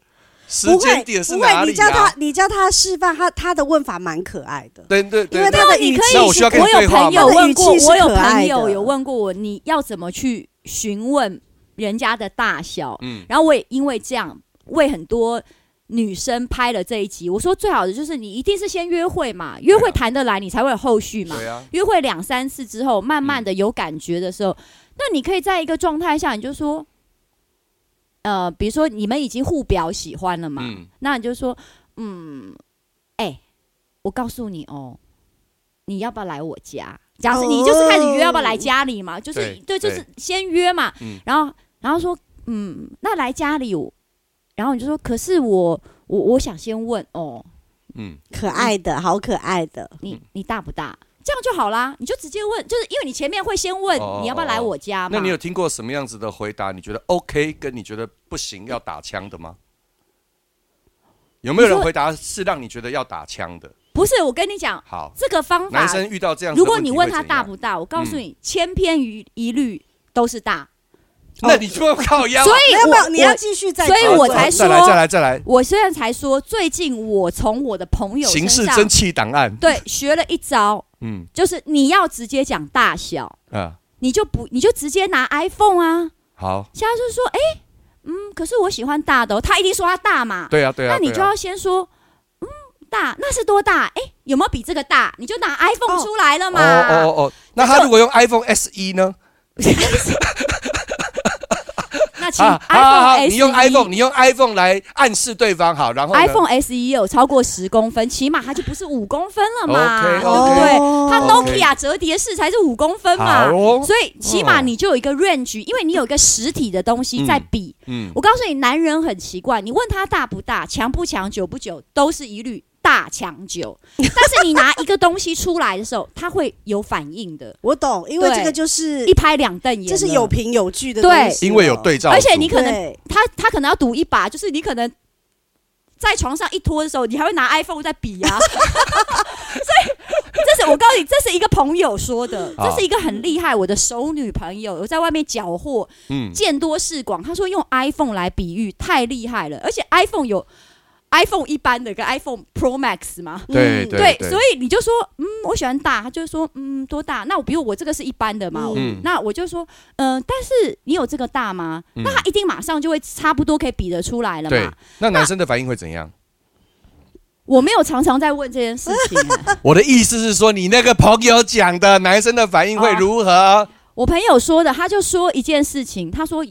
Speaker 3: 时
Speaker 4: 不
Speaker 3: 间
Speaker 4: 会，
Speaker 3: 点是
Speaker 4: 不
Speaker 3: 哪
Speaker 4: 会，
Speaker 3: 里
Speaker 4: 你叫
Speaker 3: 啊
Speaker 4: 他，？你叫他示范，他他的问法蛮可爱的。
Speaker 3: 对对
Speaker 4: 因
Speaker 3: 对
Speaker 4: 为
Speaker 3: 对，
Speaker 4: 他的
Speaker 5: 你
Speaker 4: 语
Speaker 5: 可
Speaker 4: 气
Speaker 5: 以，
Speaker 3: 那我需要跟你
Speaker 5: 我有
Speaker 3: 对话吗
Speaker 5: 朋友问过，
Speaker 4: 他
Speaker 5: 我
Speaker 4: 的语气是
Speaker 5: 有
Speaker 4: 可爱
Speaker 5: 朋
Speaker 4: 的
Speaker 5: 友有问过我，你要怎么去询问人家的大小？
Speaker 3: 嗯，
Speaker 5: 然后我也因为这样，为很多女生拍了这一集。我说最好的就是你一定是先约会嘛，约会谈得来，你才会有后续嘛。
Speaker 3: 啊对啊，
Speaker 5: 约会两三次之后，慢慢的有感觉的时候，
Speaker 3: 嗯
Speaker 5: 那你可以在一个状态下，你就说，呃，比如说你们已经互表喜欢了嘛，
Speaker 3: 嗯，
Speaker 5: 那你就说，嗯，哎、我告诉你哦，你要不要来我家？假设你就是开始约要不要来家里嘛，就是
Speaker 3: 哦对
Speaker 5: 对，就是先约嘛，
Speaker 3: 嗯
Speaker 5: 然后然后说，嗯，那来家里我，然后你就说，可是我我我想先问哦，
Speaker 3: 嗯，
Speaker 4: 可爱的，好可爱的。
Speaker 5: 你你大不大？这样就好啦，你就直接问，就是因为你前面会先问
Speaker 3: 哦
Speaker 5: 你要不要来我家嘛。
Speaker 3: 那你有听过什么样子的回答？你觉得 OK，跟你觉得不行要打枪的吗？有没有
Speaker 5: 你
Speaker 3: 人
Speaker 5: 说
Speaker 3: 回答是让你觉得要打枪的？
Speaker 5: 不是？我跟你讲，
Speaker 3: 好，
Speaker 5: 这个方法
Speaker 3: 男，生遇到这样子
Speaker 5: 如
Speaker 3: 的
Speaker 5: 果
Speaker 3: 问题
Speaker 5: 你
Speaker 3: 会
Speaker 5: 问
Speaker 3: 怎样，
Speaker 5: 他
Speaker 3: 嗯
Speaker 5: 大不大，我告诉你，千篇一一律都是大。
Speaker 3: 那你就要靠腰啊。
Speaker 5: 所以
Speaker 4: 没有没有，
Speaker 5: 哎我
Speaker 4: 你要
Speaker 5: 我
Speaker 4: 继续再
Speaker 5: 所以
Speaker 4: 讲
Speaker 5: 我
Speaker 4: 这
Speaker 5: 才
Speaker 4: 个
Speaker 3: 再来
Speaker 5: 说
Speaker 3: 再来再来，
Speaker 5: 我虽然才说，最近我从我的朋友身
Speaker 3: 刑事
Speaker 5: 上
Speaker 3: 蒸汽档案，
Speaker 5: 对学了一招，
Speaker 3: 嗯
Speaker 5: 就是你要直接讲大小，
Speaker 3: 啊，
Speaker 5: 你就不你就直接拿 iPhone 啊，
Speaker 3: 好，
Speaker 5: 现在就是说，哎、嗯，可是我喜欢大的、哦，他一定说他大嘛，
Speaker 3: 对啊对啊，
Speaker 5: 那你
Speaker 3: 对啊
Speaker 5: 就要先说，嗯，大，那是多大？哎、有没有比这个大？你就拿 iPhone
Speaker 4: 哦
Speaker 5: 出来了嘛。
Speaker 3: 哦哦哦，那他如果用 iPhone SE 呢？
Speaker 5: 那请
Speaker 3: 啊
Speaker 5: iPhone E
Speaker 3: 好
Speaker 5: SE，
Speaker 3: 你用 iPhone，你用 iPhone 来暗示对方好，然后呢
Speaker 5: iPhone SE 也有超过十公分，起码它就不是五公分了嘛
Speaker 3: OK，OK
Speaker 5: 对不对？
Speaker 4: 哦
Speaker 5: 它 Nokia 折叠式才是五公分嘛，
Speaker 3: 好哦
Speaker 5: 所以起码
Speaker 3: 哦
Speaker 5: 你就有一个 range，因为你有一个实体的东西在
Speaker 3: 嗯
Speaker 5: 比。
Speaker 3: 嗯
Speaker 5: 我告诉你，男人很奇怪，你问他大不大、强不强、久不久，都是一律大强久。但是你拿一个东西出来的时候，他会有反应的，
Speaker 4: 我懂，因为
Speaker 5: 对
Speaker 4: 这个就是
Speaker 5: 一拍两瞪眼了。
Speaker 4: 嗯这是有凭有据的东
Speaker 5: 对
Speaker 4: 西了，
Speaker 3: 因为有对照
Speaker 5: 啊
Speaker 3: 组，
Speaker 5: 而且你可能
Speaker 4: 对
Speaker 5: 他他可能要赌一把，就是你可能在床上一拖的时候，你还会拿 iPhone 在比啊。所以这是我告诉你，这是一个朋友说的，
Speaker 3: 好
Speaker 5: 这是一个很厉害我的熟女朋友，我在外面缴获，
Speaker 3: 嗯
Speaker 5: 见多识广。她说用 iPhone 来比喻太厉害了，而且 iPhone 有 iPhone 一般的跟 iPhone Pro Max 嘛，
Speaker 3: 对
Speaker 4: 嗯
Speaker 3: 对
Speaker 5: 所以你就说，嗯，我喜欢大，他就说，嗯，多大？那我比如我这个是一般的嘛，
Speaker 3: 嗯
Speaker 5: 那我就说，嗯、但是你有这个大吗？
Speaker 3: 嗯
Speaker 5: 那他一定马上就会差不多可以比得出来了
Speaker 3: 对
Speaker 5: 嘛。，
Speaker 3: 那男生的反应会怎样？
Speaker 5: 我没有常常在问这件事情、 哎
Speaker 3: 我的意思是说，你那个朋友讲的男生的反应
Speaker 5: 哦
Speaker 3: 会如何？
Speaker 5: 我朋友说的，他就说一件事情，他说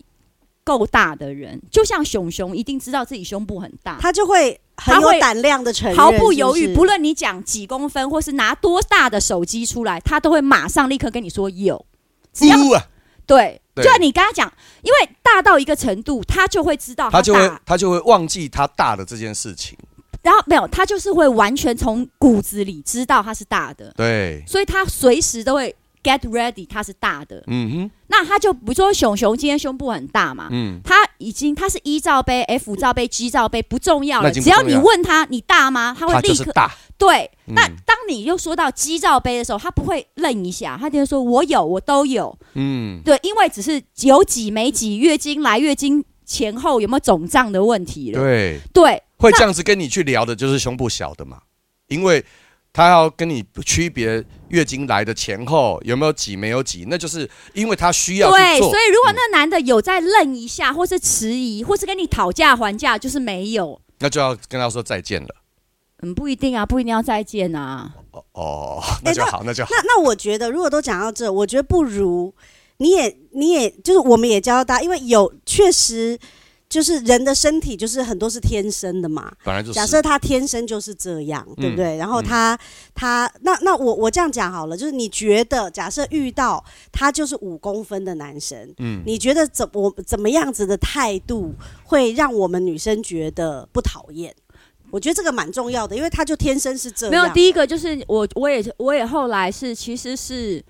Speaker 5: 够大的人，就像熊熊一定知道自己胸部很大，
Speaker 4: 他就会很有胆量的承认，
Speaker 5: 毫不犹
Speaker 4: 是
Speaker 5: 豫，
Speaker 4: 是
Speaker 5: 不论你讲几公分或是拿多大的手机出来，他都会马上立刻跟你说有。只要
Speaker 3: 不啊，
Speaker 5: 对，
Speaker 3: 对
Speaker 5: 就你跟他讲，因为大到一个程度，他就会知道
Speaker 3: 他就会
Speaker 5: 大，
Speaker 3: 他就会忘记他大的这件事情。
Speaker 5: 然后没有，他就是会完全从骨子里知道他是大的，
Speaker 3: 对，
Speaker 5: 所以他随时都会 get ready，他是大的。
Speaker 3: 嗯哼，
Speaker 5: 那他就比如说熊熊今天胸部很大嘛，
Speaker 3: 嗯，
Speaker 5: 他已经他是一罩杯、F 罩杯、G 罩杯不重要
Speaker 3: 那
Speaker 5: 了，
Speaker 3: 已经
Speaker 5: 只要
Speaker 3: 不重
Speaker 5: 你
Speaker 3: 要
Speaker 5: 问他你大吗，他会
Speaker 3: 他就
Speaker 5: 立
Speaker 3: 是
Speaker 5: 刻
Speaker 3: 大，
Speaker 5: 对。
Speaker 3: 嗯
Speaker 5: 那当你又说到 G 罩杯的时候，他不会愣一下，他就会说我有，我都有。
Speaker 3: 嗯，
Speaker 5: 对，因为只是有几没几，月经来月经前后有没有肿胀的问题了。
Speaker 3: 对，
Speaker 5: 对，
Speaker 3: 会这样子跟你去聊的就是胸部小的嘛，因为他要跟你区别月经来的前后有没有挤没有挤，那就是因为他需要
Speaker 5: 对，
Speaker 3: 去做
Speaker 5: 所。以如果
Speaker 3: 嗯
Speaker 5: 那男的有在愣一下，或是迟疑，或是跟你讨价还价，就是没有。
Speaker 3: 那就要跟他说再见了。
Speaker 5: 嗯，不一定啊，不一定要再见啊。
Speaker 3: 哦哦，那就好，那就好。
Speaker 4: 哎 那那我觉得，如果都讲到这，我觉得不如你也你也就是我们也教大家，因为有确实就是人的身体就是很多是天生的嘛。
Speaker 3: 本来就是
Speaker 4: 假设他天生就是这样，对不对？然后
Speaker 3: 嗯
Speaker 4: 他、他那那我我这样讲好了，就是你觉得假设遇到他就是五公分的男生，
Speaker 3: 嗯
Speaker 4: 你觉得怎我怎么样子的态度会让我们女生觉得不讨厌？我觉得这个蛮重要的，因为他就天生是这样。
Speaker 5: 没有，第一个就是我，我也我也后来是，其实是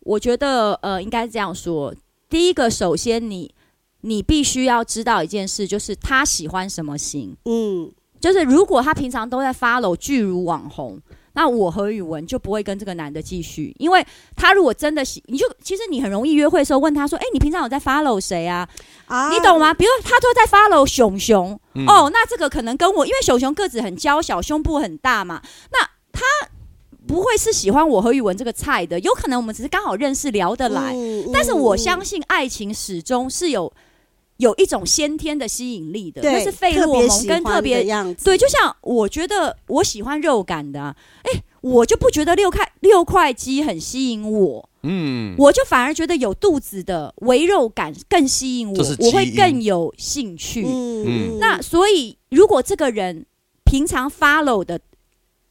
Speaker 5: 我觉得呃，应该这样说。第一个，首先你你必须要知道一件事，就是他喜欢什么型。
Speaker 4: 嗯，
Speaker 5: 就是如果他平常都在 follow 巨乳网红，那我和宇文就不会跟这个男的继续，因为他如果真的喜，你就其实你很容易约会的时候问他说，哎、你平常有在 follow 谁啊？
Speaker 4: 啊
Speaker 5: 你懂吗？比如他都在 follow 熊熊，
Speaker 3: 嗯
Speaker 5: 哦，那这个可能跟我，因为熊熊个子很娇小，胸部很大嘛，那他。不会是喜欢我和宇文这个菜的，有可能我们只是刚好认识聊得来，
Speaker 4: 嗯
Speaker 5: 但是我相
Speaker 4: 信
Speaker 5: 信爱情始终是有有一种先天的吸引力的，那
Speaker 4: 对
Speaker 5: 是费洛蒙跟特别
Speaker 4: 的样子，
Speaker 5: 对，就像我觉得我喜欢肉感的、啊，哎，我就不觉得六块六块肌很吸引我，
Speaker 3: 嗯，
Speaker 5: 我就反而觉得有肚子的微肉感更吸引
Speaker 3: 这
Speaker 5: 我
Speaker 3: 是，
Speaker 5: 我会
Speaker 3: 基因
Speaker 5: 更有兴趣。
Speaker 4: 嗯
Speaker 5: 那所以，如果这个人平常 follow 的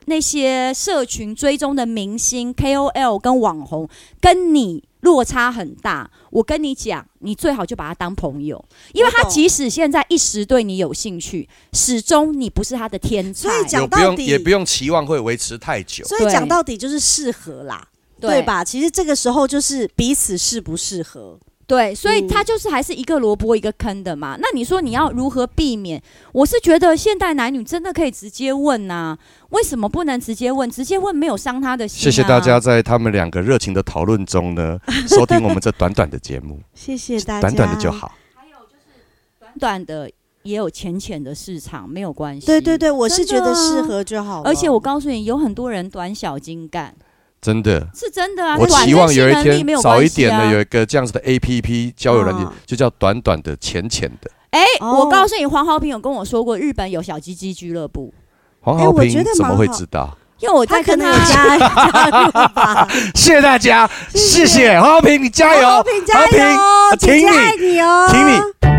Speaker 5: 那些社群追踪的明星 KOL 跟网红，跟你落差很大，我跟你讲，你最好就把他当朋友，因为
Speaker 4: 我
Speaker 5: 他
Speaker 4: 懂
Speaker 5: 即使现在一时对你有兴趣，始终你不是他的天才，
Speaker 4: 所以讲
Speaker 3: 有不
Speaker 4: 到
Speaker 3: 用
Speaker 4: 底
Speaker 3: 也不用期望会维持太久。
Speaker 4: 所以讲
Speaker 5: 对
Speaker 4: 到底就是适合啦，对
Speaker 5: 对？
Speaker 4: 吧？其实这个时候就是彼此适不适合，
Speaker 5: 对，所以
Speaker 4: 嗯
Speaker 5: 他就是还是一个萝卜一个坑的嘛。那你说你要如何避免？我是觉得现代男女真的可以直接问呐、为什么不能直接问？直接问没有伤他的心、啊
Speaker 4: 啊
Speaker 3: 谢谢大家，。在他们两个热情的讨论中呢，收听我们这短短的节目，
Speaker 4: 谢谢 大家，
Speaker 3: 短短的就。好。
Speaker 5: 短短的也有浅浅的市场，没有关系。
Speaker 4: 对对。对，我是觉
Speaker 5: 真的
Speaker 4: 得
Speaker 5: 啊
Speaker 4: 适合就好了
Speaker 5: 而且我告诉你，有很多人短小精干，
Speaker 3: 真的，
Speaker 5: 是真的啊。
Speaker 3: 我
Speaker 5: 短
Speaker 3: 期望有一
Speaker 5: 跟性能力
Speaker 3: 天
Speaker 5: 没有
Speaker 3: 早
Speaker 5: 关
Speaker 3: 一
Speaker 5: 系
Speaker 3: 点
Speaker 5: 啊
Speaker 3: 的有一个这样子的 A P P 交友软件
Speaker 4: 嗯，
Speaker 3: 就叫短短的、浅浅的。
Speaker 5: 哎、
Speaker 4: 哦
Speaker 5: 我告诉你，黄豪平有跟我说过，日本有小鸡鸡俱乐部，
Speaker 3: 黄
Speaker 4: 哎
Speaker 3: 浩
Speaker 4: 我
Speaker 3: 平
Speaker 4: 觉得
Speaker 3: 怎么
Speaker 4: 蛮
Speaker 3: 会
Speaker 4: 好
Speaker 3: 知道？
Speaker 5: 因为我在
Speaker 4: 他可
Speaker 5: 跟
Speaker 4: 能有加 加入吧，
Speaker 3: 谢谢大家，谢谢黄浩平，你加油
Speaker 4: 好，评加油
Speaker 3: 好，评
Speaker 4: 姐姐
Speaker 3: 挺你
Speaker 4: 爱你哦，
Speaker 3: 挺你。